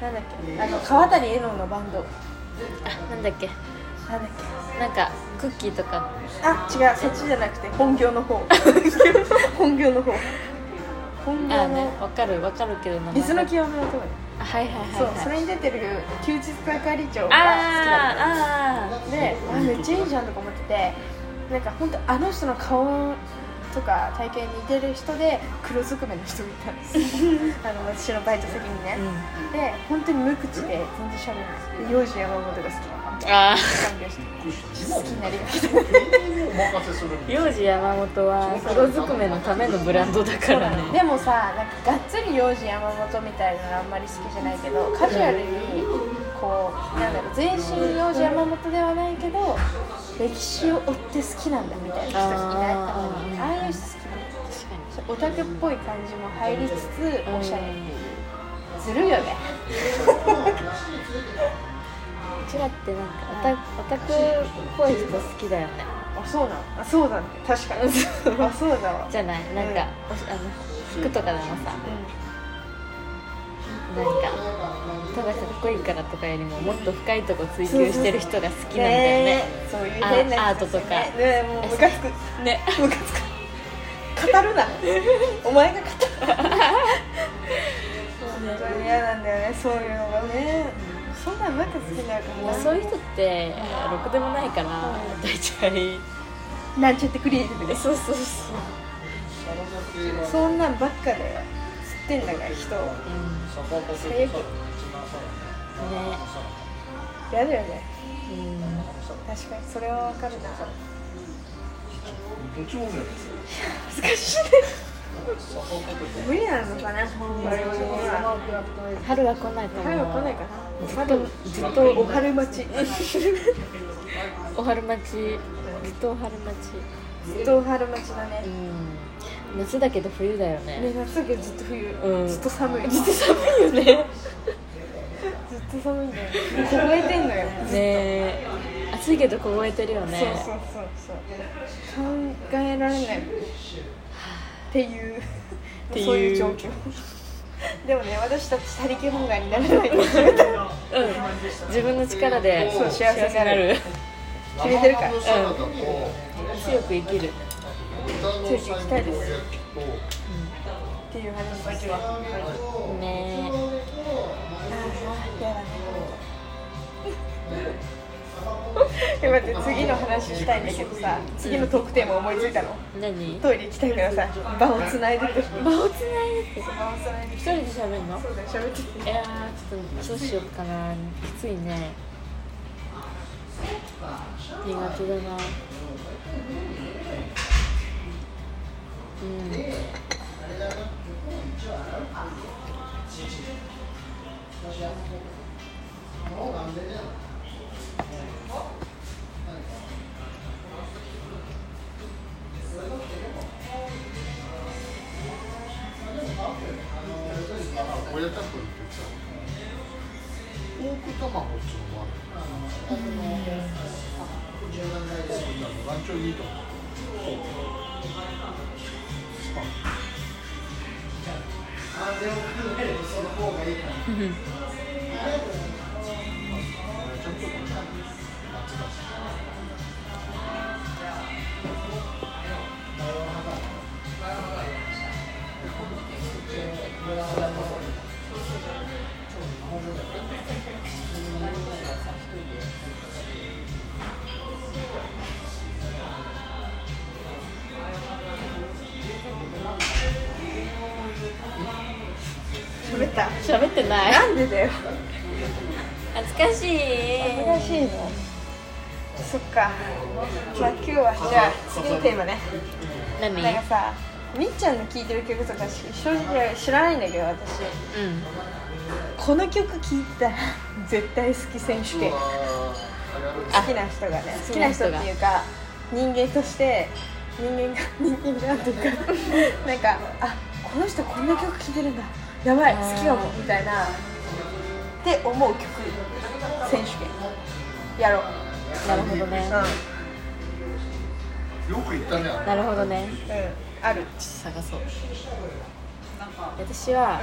[SPEAKER 2] けなんだっけあの川谷絵音のバンド
[SPEAKER 1] あなんだ
[SPEAKER 2] なんだ
[SPEAKER 1] っけ
[SPEAKER 2] っけ
[SPEAKER 1] なんかクッキーとか
[SPEAKER 2] あ違うそっちじゃなくて本業の
[SPEAKER 1] (laughs)
[SPEAKER 2] 方本業の方本
[SPEAKER 1] あ
[SPEAKER 2] 業
[SPEAKER 1] あね
[SPEAKER 2] の
[SPEAKER 1] わかるわかるけど名前
[SPEAKER 2] 水の清めのところ
[SPEAKER 1] あはいはいはい、はい、
[SPEAKER 2] そうそれに出てる休日係長が好きなの
[SPEAKER 1] あーあ
[SPEAKER 2] であめっちゃいいじゃんとか思っててなんか本当あの人の顔とか体型に似てる人で黒ずくめの人がいたんですあ
[SPEAKER 1] (laughs)
[SPEAKER 2] の私のバイト先にね、
[SPEAKER 1] ーうん
[SPEAKER 2] で本当に無口で全然喋らない幼児山本が好きなの
[SPEAKER 1] あ
[SPEAKER 2] 完了して好きになりました
[SPEAKER 3] お任せするみ
[SPEAKER 1] ー幼児山本は黒ずくめのためのブランドだからね
[SPEAKER 2] でもさなんかがっつり幼児山本みたいなのあんまり好きじゃないけどカジュアルにこうなんだろう全身幼児山本ではないけど歴史を追って好きなんだみたいな人いない
[SPEAKER 1] あーうん
[SPEAKER 2] ああいう人好
[SPEAKER 1] 確か
[SPEAKER 2] きそうオタクっぽい感じも入りつつ
[SPEAKER 1] に
[SPEAKER 2] おしゃれ
[SPEAKER 1] うん
[SPEAKER 2] ずるいよね
[SPEAKER 1] うちらってなんかオタオタクっぽい人好きだよね
[SPEAKER 2] あそうなんあそうだね確かに (laughs) あそうだわ
[SPEAKER 1] じゃないなんか、おしあの服とかでもさ
[SPEAKER 2] う
[SPEAKER 1] なんか富樫かっこいいからとかよりももっっと深いとこ追求してる人が好きなん
[SPEAKER 2] ん
[SPEAKER 1] だよね
[SPEAKER 2] そういう
[SPEAKER 1] あ
[SPEAKER 2] 変な
[SPEAKER 1] アートとか
[SPEAKER 2] ねねもうムカつく
[SPEAKER 1] ね
[SPEAKER 2] ムカつく語るなお前が語る本当に嫌なんだよねそういうのがねそんなんなんか好きになるか
[SPEAKER 1] も
[SPEAKER 2] も
[SPEAKER 1] うそういう人ってろくでもないから大体
[SPEAKER 2] なんちゃってクリエイティブで
[SPEAKER 1] そうそうそう
[SPEAKER 2] そんなんばっかだよ知ってんだから人を
[SPEAKER 1] うんね
[SPEAKER 2] 最悪嫌だよね
[SPEAKER 1] うん
[SPEAKER 2] 確かにそれはわかるな
[SPEAKER 3] どっちもね
[SPEAKER 2] 難しいね無理なのかな
[SPEAKER 1] 春は来ないかも
[SPEAKER 2] 春は来ないか
[SPEAKER 1] ず
[SPEAKER 2] な
[SPEAKER 1] っとずっと
[SPEAKER 2] お春待ち
[SPEAKER 1] お春待ちずっとお春待ち
[SPEAKER 2] ずっとお春待ちだね
[SPEAKER 1] うん夏だけど冬だよ
[SPEAKER 2] ね
[SPEAKER 1] ね
[SPEAKER 2] 夏だけどずっと冬、
[SPEAKER 1] うん
[SPEAKER 2] ずっと寒いずっと
[SPEAKER 1] 寒いよねね
[SPEAKER 2] 寒いんだよ凍えてんのよ、
[SPEAKER 1] え暑いけど凍えてるよね
[SPEAKER 2] そうそうそうそう考えられないっていう
[SPEAKER 1] ていう
[SPEAKER 2] そういう状況でもね私たち他力本願にならないと決めた
[SPEAKER 1] うん、自分の力で
[SPEAKER 2] そう幸せになる
[SPEAKER 3] 決めてるからうん
[SPEAKER 1] 強く生きる
[SPEAKER 3] ついていきたいです
[SPEAKER 2] っていう話だ
[SPEAKER 1] (laughs)
[SPEAKER 2] けは
[SPEAKER 1] ね
[SPEAKER 2] ああやだねえ待って次の話したいんだけどさ次のトークテーマ思いついたの
[SPEAKER 1] 何
[SPEAKER 2] トイレ行きたいからさ場をつないでて場
[SPEAKER 1] 場をつないでて
[SPEAKER 2] をつないで
[SPEAKER 1] 一人で喋るの
[SPEAKER 2] そうだよ喋ってて
[SPEAKER 1] いやーちょっとどうしようかなきついね苦手だなうん
[SPEAKER 2] 喋った
[SPEAKER 1] (laughs) 喋って (laughs) ない
[SPEAKER 2] なんでだよ
[SPEAKER 1] 懐かしい
[SPEAKER 2] 難しいのそっかまあ今日はじゃあ次のテーマね
[SPEAKER 1] 何
[SPEAKER 2] なんかさみっちゃんの聴いてる曲とかし正直知らないんだけど私
[SPEAKER 1] うん
[SPEAKER 2] この曲聴いたら絶対好き選手権好きな人がね好き
[SPEAKER 1] 好き
[SPEAKER 2] な
[SPEAKER 1] な
[SPEAKER 2] 人
[SPEAKER 1] 人
[SPEAKER 2] って
[SPEAKER 1] が
[SPEAKER 2] いうか人間として人間が (laughs) 人間がという
[SPEAKER 1] (laughs)
[SPEAKER 2] かなんかあこの人こんな曲聴いてるんだやばい好きかもみたいなって思う曲選手権やろう
[SPEAKER 1] なるほどね
[SPEAKER 2] う
[SPEAKER 3] よく言ったね
[SPEAKER 1] なるほどね
[SPEAKER 2] んうんある
[SPEAKER 1] ちょっと探そう私は、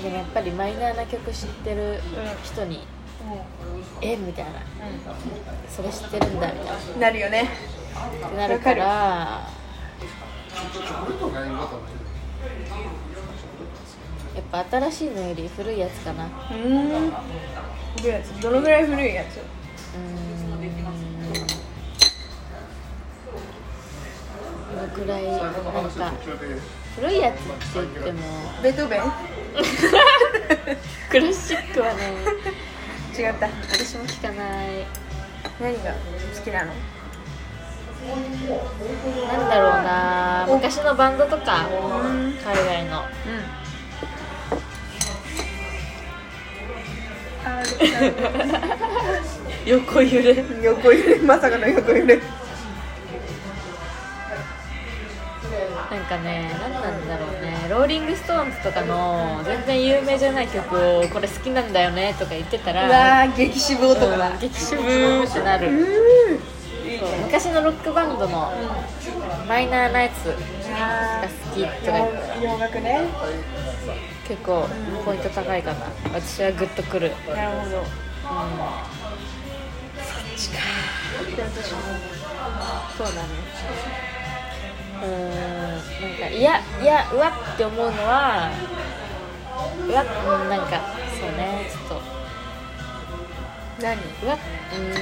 [SPEAKER 2] う
[SPEAKER 1] でもやっぱりマイナーな曲知ってる人に
[SPEAKER 2] ん
[SPEAKER 1] えみたいなそれ知ってるんだみたいな
[SPEAKER 2] うんなるよね
[SPEAKER 1] ってなるから
[SPEAKER 3] チョコレートがいいのかもしれない
[SPEAKER 1] やっぱ新しいのより古いやつかなう
[SPEAKER 2] うーんどやつどのぐらい古いやつ
[SPEAKER 1] ーんどのくらいなん
[SPEAKER 3] 最後の話
[SPEAKER 1] か
[SPEAKER 3] 途中で
[SPEAKER 1] 古いやつって言って (laughs) も
[SPEAKER 2] ベートーベン
[SPEAKER 1] クラシックはね
[SPEAKER 2] 違った
[SPEAKER 1] 私も聞かない
[SPEAKER 2] 何が好きなの
[SPEAKER 1] なんだろうな昔のバンドとか
[SPEAKER 2] うん
[SPEAKER 1] 海外の
[SPEAKER 2] あー
[SPEAKER 1] 横揺れ
[SPEAKER 2] 横揺れまさかの横揺れ
[SPEAKER 1] なんかね、何なんだろうね、ローリング・ストーンズとかの全然有名じゃない曲をこれ好きなんだよねとか言ってた
[SPEAKER 2] う
[SPEAKER 1] ら、
[SPEAKER 2] わー激渋男だ
[SPEAKER 1] うん激渋ってな
[SPEAKER 2] う
[SPEAKER 1] る、
[SPEAKER 2] ん
[SPEAKER 1] そう昔のロックバンドのマイナーなやつ
[SPEAKER 2] あ
[SPEAKER 1] が
[SPEAKER 2] ー
[SPEAKER 1] 好きとか
[SPEAKER 2] 洋洋楽ね
[SPEAKER 1] 結構ポイント高いかな、私はグッとくる、
[SPEAKER 2] なるほど
[SPEAKER 1] うん、
[SPEAKER 2] で私も
[SPEAKER 1] そうだねうーんなんかいやいやうわって思うのはうわうんなんかそうねちょっと
[SPEAKER 2] 何
[SPEAKER 1] うわっうーん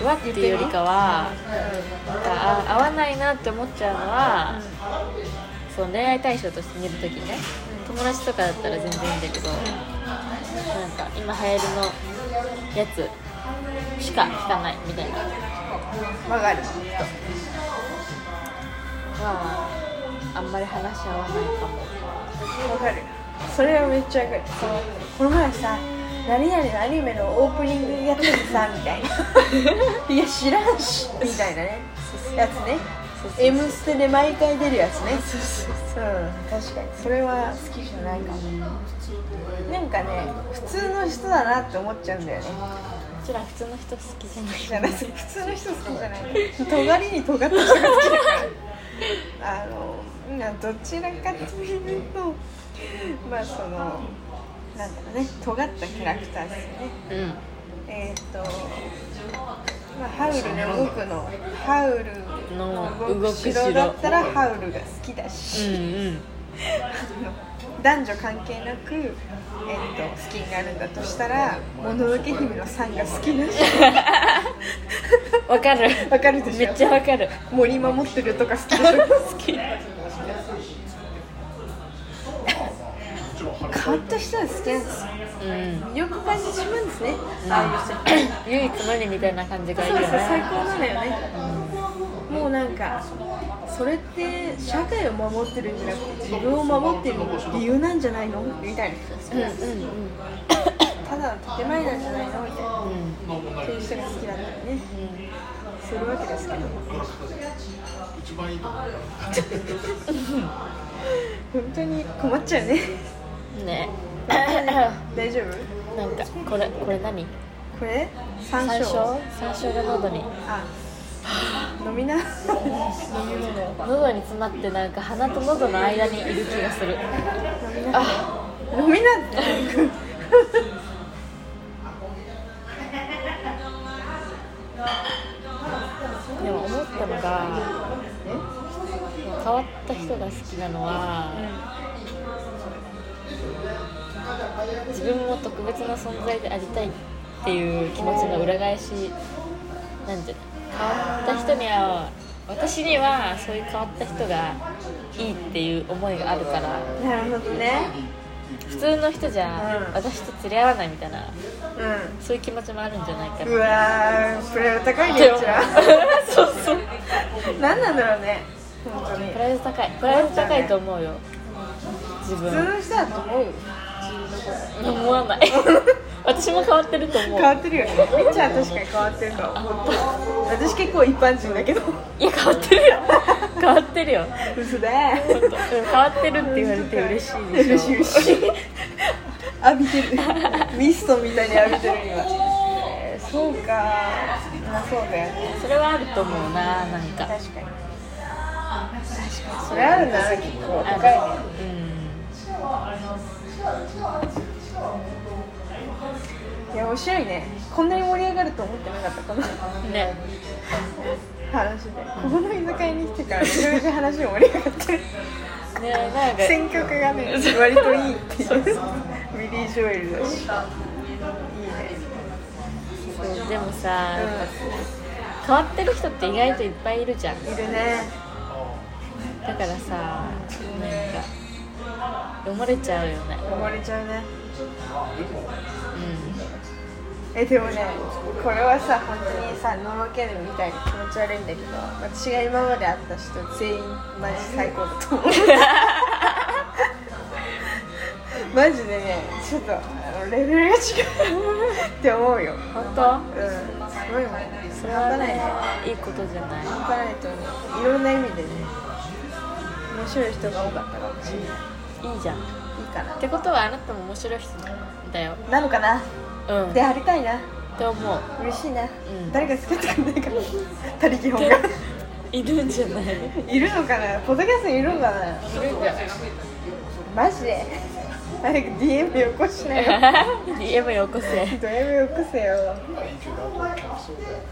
[SPEAKER 1] うわっていうよりかはなんかあ合わないなって思っちゃうのは、そう恋愛対象として見るときね友達とかだったら全然いいんだけど、なんか今流行りのやつしか聞かないみたいなの
[SPEAKER 2] わかる
[SPEAKER 1] はあんまり話し合わないかも
[SPEAKER 2] わかるそれはめっちゃわかるそうこの前さ何々のアニメのオープニングやっててさみたいな (laughs) いや知らんしみたいなねやつね
[SPEAKER 1] そうそう
[SPEAKER 2] M ステで毎回出るやつねうん確かにそれは好きじゃないかもなんかね普通の人だなって思っちゃうんだよね
[SPEAKER 1] うちら普通の人好きじゃない
[SPEAKER 2] じゃない普通の人好きじゃない尖りに尖った人が好きだからあのなどちらかというとまあそのなんだろうね尖ったキャラクターですよね
[SPEAKER 1] うん
[SPEAKER 2] えっ、と、まあ、ハウルの動くのハウルの動く城だったらハウルが好きだし、
[SPEAKER 1] うんうん
[SPEAKER 2] 男女関係なく、えっと好きになるんだとしたら「もののけ姫のさん」が好きだし
[SPEAKER 1] わかる
[SPEAKER 2] わかるでしょ
[SPEAKER 1] めっちゃわかる
[SPEAKER 2] 森守ってるとか好きでしょ
[SPEAKER 1] 好き
[SPEAKER 2] 変わった人は好きなんですよ
[SPEAKER 1] うん
[SPEAKER 2] 魅力感じ自分ですね、
[SPEAKER 1] 唯一無二みたいな感じがいい
[SPEAKER 2] そう
[SPEAKER 1] よ
[SPEAKER 2] そ
[SPEAKER 1] ね
[SPEAKER 2] う最高なのよね、もうなんかそれって社会を守ってるんじゃなくて自分を守ってる理由なんじゃないのみたいな
[SPEAKER 1] うんうんうん
[SPEAKER 2] ただの建前なんじゃないのみたいな
[SPEAKER 1] うん
[SPEAKER 2] っていう人が好きだったりね
[SPEAKER 1] う
[SPEAKER 2] するわけですけど
[SPEAKER 3] 一番いいと思う
[SPEAKER 2] 本当に困っちゃうね
[SPEAKER 1] んね
[SPEAKER 2] 大丈夫
[SPEAKER 1] なんかこれこれ何
[SPEAKER 2] これ山
[SPEAKER 1] 山
[SPEAKER 2] 椒
[SPEAKER 1] 椒山椒が喉に
[SPEAKER 2] あ飲みな (laughs) 飲み物
[SPEAKER 1] 喉に詰まってなんか鼻と喉の間にいる気がする
[SPEAKER 2] 飲みな
[SPEAKER 1] あ
[SPEAKER 2] 飲みなっ
[SPEAKER 1] (laughs)
[SPEAKER 2] て
[SPEAKER 1] でも思ったのが変わった人が好きなのは、自分も特別な存在でありたいっていう気持ちの裏返しなんていうの変わった人には私にはそういう変わった人がいいっていう思いがあるから
[SPEAKER 2] なるほどね
[SPEAKER 1] 普通の人じゃ
[SPEAKER 2] うん
[SPEAKER 1] 私と釣り合わないみたいな
[SPEAKER 2] う
[SPEAKER 1] そういう気持ちもあるんじゃないか
[SPEAKER 2] んう
[SPEAKER 1] な
[SPEAKER 2] わープライド高い
[SPEAKER 1] で
[SPEAKER 2] ね
[SPEAKER 1] も
[SPEAKER 2] うちら (laughs)
[SPEAKER 1] そう (laughs) そう
[SPEAKER 2] 何なんだろうね本当に
[SPEAKER 1] プライド高いプライド高いと思うよ自
[SPEAKER 2] 普通
[SPEAKER 1] 分
[SPEAKER 2] の人だと思う
[SPEAKER 1] 思わない
[SPEAKER 2] (laughs)
[SPEAKER 1] 私も変わってると思う
[SPEAKER 2] 変わってるよねみっちゃんは確かに変わってると思う私結構一般人だけど (laughs)
[SPEAKER 1] いや変わってるよ変わってるよ
[SPEAKER 2] 嘘だ
[SPEAKER 1] 本当変わってるって言われて嬉しいで
[SPEAKER 2] 嬉
[SPEAKER 1] しょ
[SPEAKER 2] しい嬉しい浴びてるミストみたいに浴びてる今えーそうかまあそうだよね
[SPEAKER 1] それはあると思うななんか
[SPEAKER 2] 確かに確かにそれあるんだな結構高いね
[SPEAKER 1] あのうん
[SPEAKER 2] えや面白いねこんなに盛り上がると思ってなかったこの
[SPEAKER 1] ね
[SPEAKER 2] 話でここの居酒屋に来てからめちゃめちゃ話盛り上がってる
[SPEAKER 1] ねなんか
[SPEAKER 2] 選曲がね割といいっていうミリー・ジョエルだしいいね
[SPEAKER 1] そうでもさ、やっぱ変わってる人って意外といっぱいいるじゃん
[SPEAKER 2] うんいるね
[SPEAKER 1] だからさなんか埋もれちゃうよね
[SPEAKER 2] 埋もれちゃうね
[SPEAKER 1] う
[SPEAKER 2] えでもねこれはさ本当にさのろけるみたいで気持ち悪いんだけど私が今まで会った人全員マジ最高だと思うマジでねちょっとあのレベルが違うって思うようん
[SPEAKER 1] ん本当
[SPEAKER 2] すごいもん
[SPEAKER 1] それ
[SPEAKER 2] 半
[SPEAKER 1] は
[SPEAKER 2] 端ないね
[SPEAKER 1] ねいいことじゃない
[SPEAKER 2] 半端ないと思ういろんな意味でね面白い人が多かったかもしれないい
[SPEAKER 1] いいじゃんっ
[SPEAKER 2] いかな
[SPEAKER 1] てことはあなたも面白い人だよ
[SPEAKER 2] なのかな
[SPEAKER 1] うん
[SPEAKER 2] でありたいな
[SPEAKER 1] って思う
[SPEAKER 2] 嬉しいな、
[SPEAKER 1] ん
[SPEAKER 2] 誰か作ってくんないかな他力本が
[SPEAKER 1] いるんじゃないいる (laughs) ん
[SPEAKER 2] いるのかなポッドキャストにいるのかな
[SPEAKER 1] じゃない
[SPEAKER 2] マジで早く DM よこしなよ
[SPEAKER 1] DM よこせ
[SPEAKER 2] DM よこせよ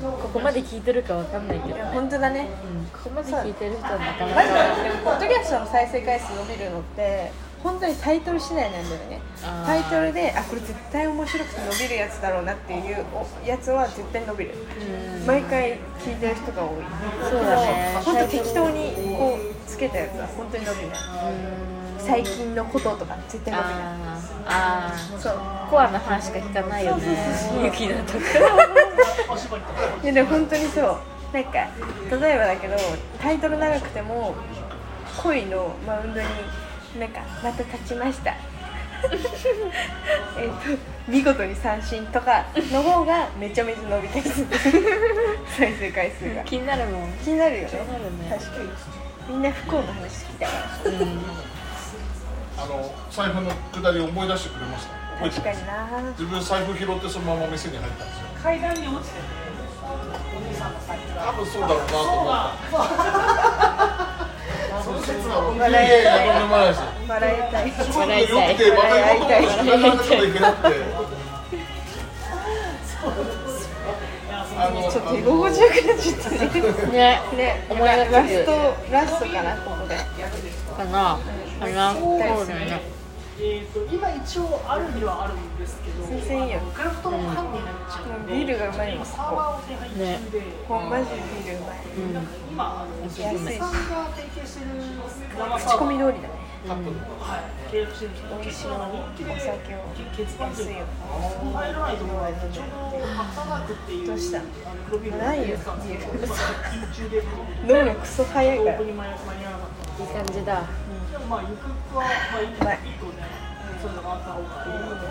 [SPEAKER 1] ここまで聞いてるかわかんないけど
[SPEAKER 2] いや
[SPEAKER 1] ね、
[SPEAKER 2] 本当だね
[SPEAKER 1] うん、ここまで聞いてる人はなかな
[SPEAKER 2] マジで
[SPEAKER 1] か
[SPEAKER 2] ポッドキャストの再生回数伸びるのって本当にタイトル次第なんだよね
[SPEAKER 1] あー
[SPEAKER 2] タイトルであこれ絶対面白くて伸びるやつだろうなっていうおやつは絶対伸びる
[SPEAKER 1] うん
[SPEAKER 2] 毎回聞いてる人が多い
[SPEAKER 1] そうだね
[SPEAKER 2] 本当適当にこうつけたやつは本当に伸びない
[SPEAKER 1] うん
[SPEAKER 2] 最近のこととか絶対伸びない
[SPEAKER 1] あーあー
[SPEAKER 2] そう
[SPEAKER 1] コアな話しか聞かないよねゆきのとか
[SPEAKER 2] いやでも本当にそうなんか例えばだけどタイトル長くても恋のマウンドになんかまた立ちました (laughs) えっと見事に三振とかの方がめちゃめちゃ伸びてる (laughs) 再生回数が
[SPEAKER 1] (laughs) 気になるもん
[SPEAKER 2] 気になるよね
[SPEAKER 1] 気になるね
[SPEAKER 2] 確かにみんな不幸の話聞きたいから
[SPEAKER 3] あの財布のくだり思い出してくれました覚えて
[SPEAKER 2] 確
[SPEAKER 3] ま
[SPEAKER 2] か
[SPEAKER 3] す
[SPEAKER 2] にな
[SPEAKER 3] 自分財布拾ってそのまま店に入ったんですよ
[SPEAKER 4] 階段に落ちてて、お姉さんの財布が。
[SPEAKER 3] 多分そうだろうなと思ったその説は本当にい
[SPEAKER 2] 笑えない
[SPEAKER 3] やとんでもないですよ
[SPEAKER 2] 笑いたい
[SPEAKER 3] すごく良くてまたいこともしなかなかちょっといけなくてあの
[SPEAKER 2] ちょっと居心地よくなっちゃったね
[SPEAKER 1] ね
[SPEAKER 2] ね
[SPEAKER 1] 思い出
[SPEAKER 2] ラ
[SPEAKER 1] せ
[SPEAKER 2] ス
[SPEAKER 1] る
[SPEAKER 2] トラストかなここで
[SPEAKER 1] かなかなそうだよね
[SPEAKER 4] えっ、と、今一応あるにはあるんですけど。
[SPEAKER 2] 全然いいよ
[SPEAKER 4] クラフトの缶になっちゃう
[SPEAKER 2] うん
[SPEAKER 4] んで。
[SPEAKER 2] ビールがうまいもん
[SPEAKER 4] 今
[SPEAKER 2] ここ
[SPEAKER 4] サーバーを手配中で。
[SPEAKER 2] もうマジでビールうまい
[SPEAKER 1] うん
[SPEAKER 4] なんか今、あの、
[SPEAKER 1] 安い
[SPEAKER 4] お
[SPEAKER 2] し
[SPEAKER 4] 客さんが提携してる生
[SPEAKER 2] 口
[SPEAKER 4] サー
[SPEAKER 2] コ
[SPEAKER 4] バ
[SPEAKER 2] ミ
[SPEAKER 4] ー。
[SPEAKER 2] 通りだね
[SPEAKER 4] はい、契約してる人
[SPEAKER 2] 美味しい
[SPEAKER 4] 結構な人気で
[SPEAKER 2] お酒を
[SPEAKER 4] 結番
[SPEAKER 2] 安いよ
[SPEAKER 4] 入らないと思うんでちょうどハッターダークっていう
[SPEAKER 2] どうした
[SPEAKER 4] あの黒ビール
[SPEAKER 2] ないよ
[SPEAKER 4] やってたんですけど緊急で
[SPEAKER 2] 飲むのクソ早い
[SPEAKER 4] オ
[SPEAKER 2] か
[SPEAKER 4] ー
[SPEAKER 2] ら
[SPEAKER 4] プンに間に合わなかった
[SPEAKER 1] いい感じだ
[SPEAKER 4] でもまあ、ゆくゆくは、まあ、一個ね、そういうのがあった方が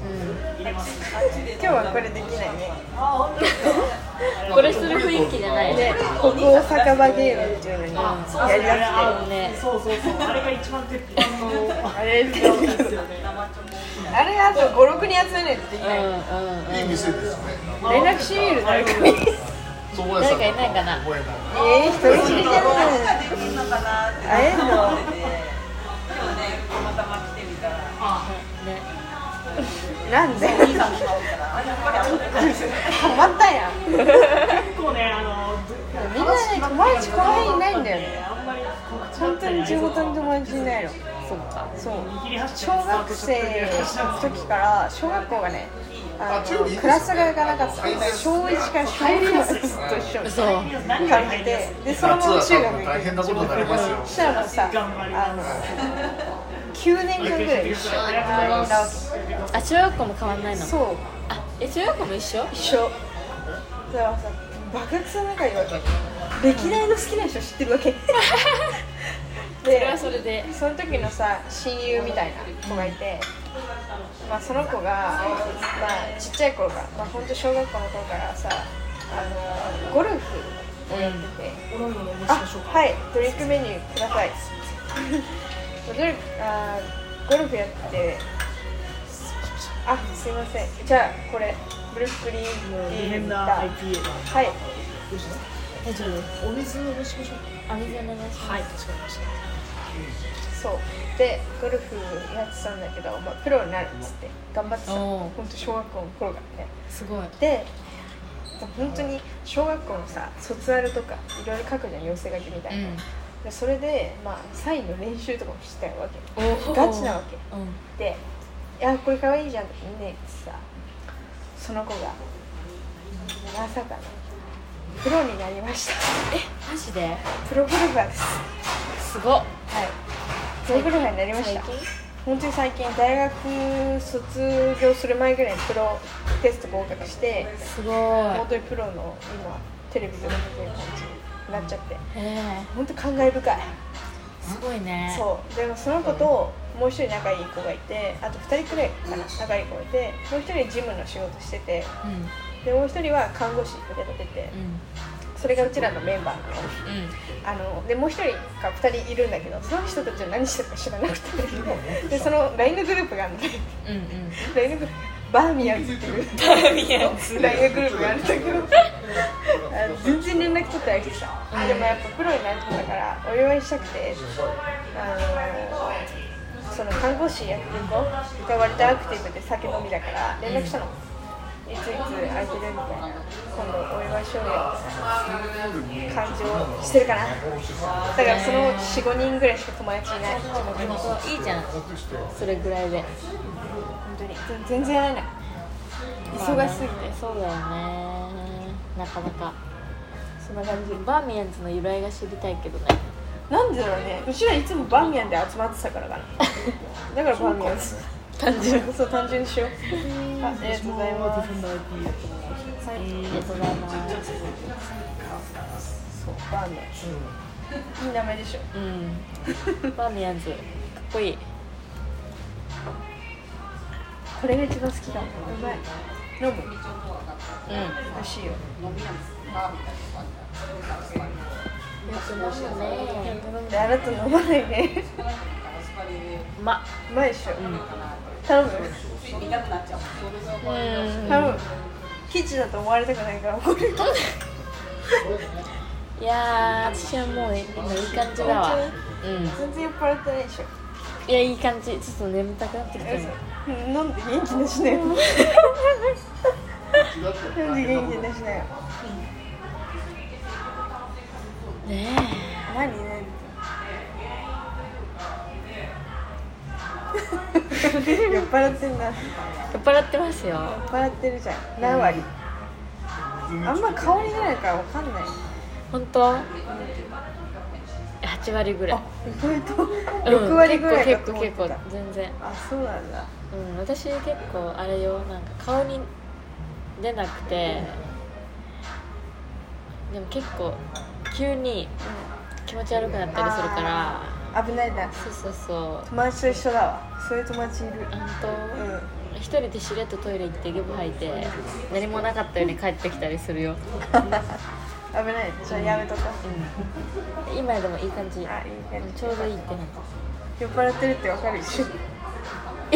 [SPEAKER 1] う
[SPEAKER 4] 入れます。
[SPEAKER 2] 今日はこれできないね
[SPEAKER 4] あ、本当ですか。
[SPEAKER 1] んこれする雰囲気じゃないね
[SPEAKER 2] でここを酒場ゲームっていうのに
[SPEAKER 4] (laughs) そう
[SPEAKER 2] や
[SPEAKER 4] で
[SPEAKER 2] り
[SPEAKER 4] す
[SPEAKER 2] だ
[SPEAKER 4] ね。
[SPEAKER 2] して
[SPEAKER 4] あのそうそうそう、あれが一番鉄板 (laughs) の。
[SPEAKER 2] あれ
[SPEAKER 4] 鉄板ですよね。
[SPEAKER 2] あれあと56人集めないとでき
[SPEAKER 1] う
[SPEAKER 2] ない
[SPEAKER 1] んうんうん
[SPEAKER 3] いい店ですね
[SPEAKER 2] 連絡しみる誰かに
[SPEAKER 3] そこ
[SPEAKER 1] 誰かいないかな
[SPEAKER 3] 覚えない
[SPEAKER 2] えー、人見知りじゃない会えんの
[SPEAKER 1] ね
[SPEAKER 2] なんで止まったやんみんなね
[SPEAKER 4] 結構ね、あの、
[SPEAKER 2] 友達この辺いないんだよね
[SPEAKER 4] あんまり告知だ
[SPEAKER 2] 本
[SPEAKER 4] った
[SPEAKER 2] 当
[SPEAKER 4] り
[SPEAKER 2] に15人友達いないの
[SPEAKER 1] そっか
[SPEAKER 2] そう
[SPEAKER 4] 切り走って
[SPEAKER 2] 小学生の時から小学校がねあのクラスが行かなかったんです小1から小6までずっと一緒み
[SPEAKER 1] 嘘
[SPEAKER 2] たい
[SPEAKER 4] 何
[SPEAKER 2] な
[SPEAKER 4] が
[SPEAKER 2] 感
[SPEAKER 4] 入
[SPEAKER 2] じ
[SPEAKER 4] りや
[SPEAKER 2] です
[SPEAKER 4] い
[SPEAKER 2] でそのまま中学行
[SPEAKER 3] 大
[SPEAKER 2] って
[SPEAKER 3] 変なことになりますよ
[SPEAKER 2] そしたらもうさ
[SPEAKER 4] 頑張り
[SPEAKER 2] あの9年間ぐらい一緒に並んだわけ
[SPEAKER 1] あ中学校も変わんないの
[SPEAKER 2] そう
[SPEAKER 1] あえ中学校も一緒
[SPEAKER 2] 一緒だからさ爆薬さん仲いいわけ歴代の好きな人知ってるわけ
[SPEAKER 1] (laughs) それはそれで
[SPEAKER 2] その時のさ親友みたいな子がいて、まあ、その子が、まあ、ちっちゃい頃から、まあ、本当小学校の頃からさあのゴルフをやってて、あはいドリンクメニューください (laughs) ドリンクあーゴルフやっててあすいませんじゃあこれブルックリンビール
[SPEAKER 4] 変
[SPEAKER 2] ビタ
[SPEAKER 4] な
[SPEAKER 2] ー
[SPEAKER 4] IPA が。
[SPEAKER 2] はい
[SPEAKER 1] 大丈夫です
[SPEAKER 4] お水をしましょ
[SPEAKER 1] お
[SPEAKER 4] う
[SPEAKER 1] 水お願いします、
[SPEAKER 4] はい、かしこまりました
[SPEAKER 2] そうでゴルフやってたんだけど、まあ、プロになるっつって頑張ってた
[SPEAKER 1] お
[SPEAKER 2] 本
[SPEAKER 1] う
[SPEAKER 2] 当小学校の頃からね
[SPEAKER 1] すごい
[SPEAKER 2] で本当に小学校のさ卒アルとかいろいろ書くじゃん寄せ書きみたいな、でそれで、まあ、サインの練習とかもしてたわけ
[SPEAKER 1] うんお
[SPEAKER 2] ガチなわけ
[SPEAKER 1] うん
[SPEAKER 2] で「いやこれ可愛いじゃん」って言ってさその子が「まさかのプロになりました
[SPEAKER 1] マジで
[SPEAKER 2] プロゴルファーです」
[SPEAKER 1] すごっ
[SPEAKER 2] はいプロゴルファーになりました
[SPEAKER 1] 最近
[SPEAKER 2] 本当に最近大学卒業する前ぐらいにプロテスト合格して
[SPEAKER 1] すごい
[SPEAKER 2] 本当にプロの今テレビとか出てる感じになっちゃって
[SPEAKER 1] へえ
[SPEAKER 2] 本当感慨深い
[SPEAKER 1] すごいね
[SPEAKER 2] そうでもその子ともう一人仲いい子がいてあと2人くらいかな仲いい子がいてもう一人事務の仕事してて
[SPEAKER 1] うん
[SPEAKER 2] でもう一人は看護師腕立てて
[SPEAKER 1] うん
[SPEAKER 2] それがうちらのメンバーなの
[SPEAKER 1] う
[SPEAKER 2] あ
[SPEAKER 1] ん
[SPEAKER 2] のでもう一人か2人いるんだけどその人たちは何してるか知らなくてでその LINE のグループがあるんだけど
[SPEAKER 1] うんうん
[SPEAKER 2] ラインのグループバーミヤンズっていうラインのグループがあるんだけどあの全然連絡取ってなくてさあでもやっぱプロになったんだからお祝いしたくてあのその看護師やってる子が割とアクティブで酒飲みだから連絡したの、いついつ空いてるみたいな今度お祝いしようよみたいな感じをしてるかなだからその45人ぐらいしか友達いない地元に本
[SPEAKER 1] いいじゃんそれぐらいで
[SPEAKER 2] 当に全然会えない忙しすぎて
[SPEAKER 1] そうだよねなかなかそんな感じバーミヤンズの由来が知りたいけどね
[SPEAKER 2] なんでだろうねうちらいつもバーミヤンで集まってたからか (laughs) なだからバーミヤンです
[SPEAKER 1] 単純
[SPEAKER 2] そう単純にしようあありがとうございます
[SPEAKER 1] ありがとうございます
[SPEAKER 2] そうバーミヤンですいい名前でしょ
[SPEAKER 1] うんバーミヤンズかっこいい
[SPEAKER 2] これが一番好きだうまい飲む
[SPEAKER 1] うんよ
[SPEAKER 2] 美味しいよ
[SPEAKER 1] く飲むね
[SPEAKER 2] であなた飲まないね
[SPEAKER 1] ま
[SPEAKER 2] うまいでしょ、
[SPEAKER 1] ん
[SPEAKER 2] 頼む
[SPEAKER 1] うん
[SPEAKER 2] 頼むケチだと思われたくないから怒る
[SPEAKER 1] いやー私はもう今いい感じだわうん
[SPEAKER 2] 全然酔っ払ってないでしょ
[SPEAKER 1] いやいい感じちょっと眠たくなってきたね
[SPEAKER 2] 嘘飲んで元気出しなよ飲んで元気出しなよ
[SPEAKER 1] ね
[SPEAKER 2] 何何酔っ払ってんな酔っ
[SPEAKER 1] え酔っ払ってますよ
[SPEAKER 2] 払ってるじゃん何割、あんま香りないからわかんない
[SPEAKER 1] 本当8割ぐらい
[SPEAKER 2] あ意外と
[SPEAKER 1] うん
[SPEAKER 2] 6割ぐらいだ
[SPEAKER 1] 結
[SPEAKER 2] と
[SPEAKER 1] 構
[SPEAKER 2] 思って
[SPEAKER 1] 結
[SPEAKER 2] た、
[SPEAKER 1] 構結構全然
[SPEAKER 2] あそうなんだ
[SPEAKER 1] うん私結構あれよなんか顔に出なくてでも結構急に気持ち悪くなったりするから
[SPEAKER 2] 危ないな
[SPEAKER 1] そうそうそう
[SPEAKER 2] 友達と一緒だわそういう友達いる
[SPEAKER 1] 本
[SPEAKER 2] う
[SPEAKER 1] 当、
[SPEAKER 2] ん
[SPEAKER 1] 一人でしれっとトイレ行ってゲブ吐いて何もなかったように帰ってきたりするよ、
[SPEAKER 2] 危ないじゃあやめとこう、
[SPEAKER 1] うん、今でもいい感じ
[SPEAKER 2] あいい感じ
[SPEAKER 1] ちょうどいいってなっ
[SPEAKER 2] 酔っ払ってるってわかるでしょ
[SPEAKER 1] た (laughs)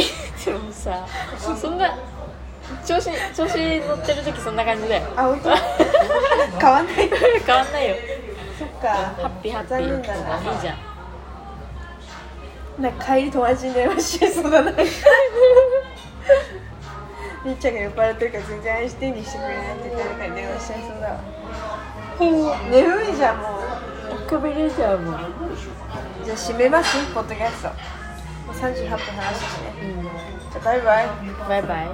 [SPEAKER 1] でもさそんな調子調子乗ってる時そんな感じだよ (laughs)
[SPEAKER 2] あ本当変わんない
[SPEAKER 1] 変わんないよ
[SPEAKER 2] そっか
[SPEAKER 1] ハッピーハッピ
[SPEAKER 2] 残
[SPEAKER 1] ー
[SPEAKER 2] 念
[SPEAKER 1] い
[SPEAKER 2] だない
[SPEAKER 1] じゃん
[SPEAKER 2] なんか帰り友達に電話しちゃいそうだなみっちゃんが酔っ払ってるから全然愛してにしてくれないって誰かに電話しちゃいそうだわ眠いじゃんもう
[SPEAKER 1] こびれちゃうもん、うん、
[SPEAKER 2] じゃあ閉めますポッドキャストもう38分話したしねじゃあバイバイ
[SPEAKER 1] バイバイ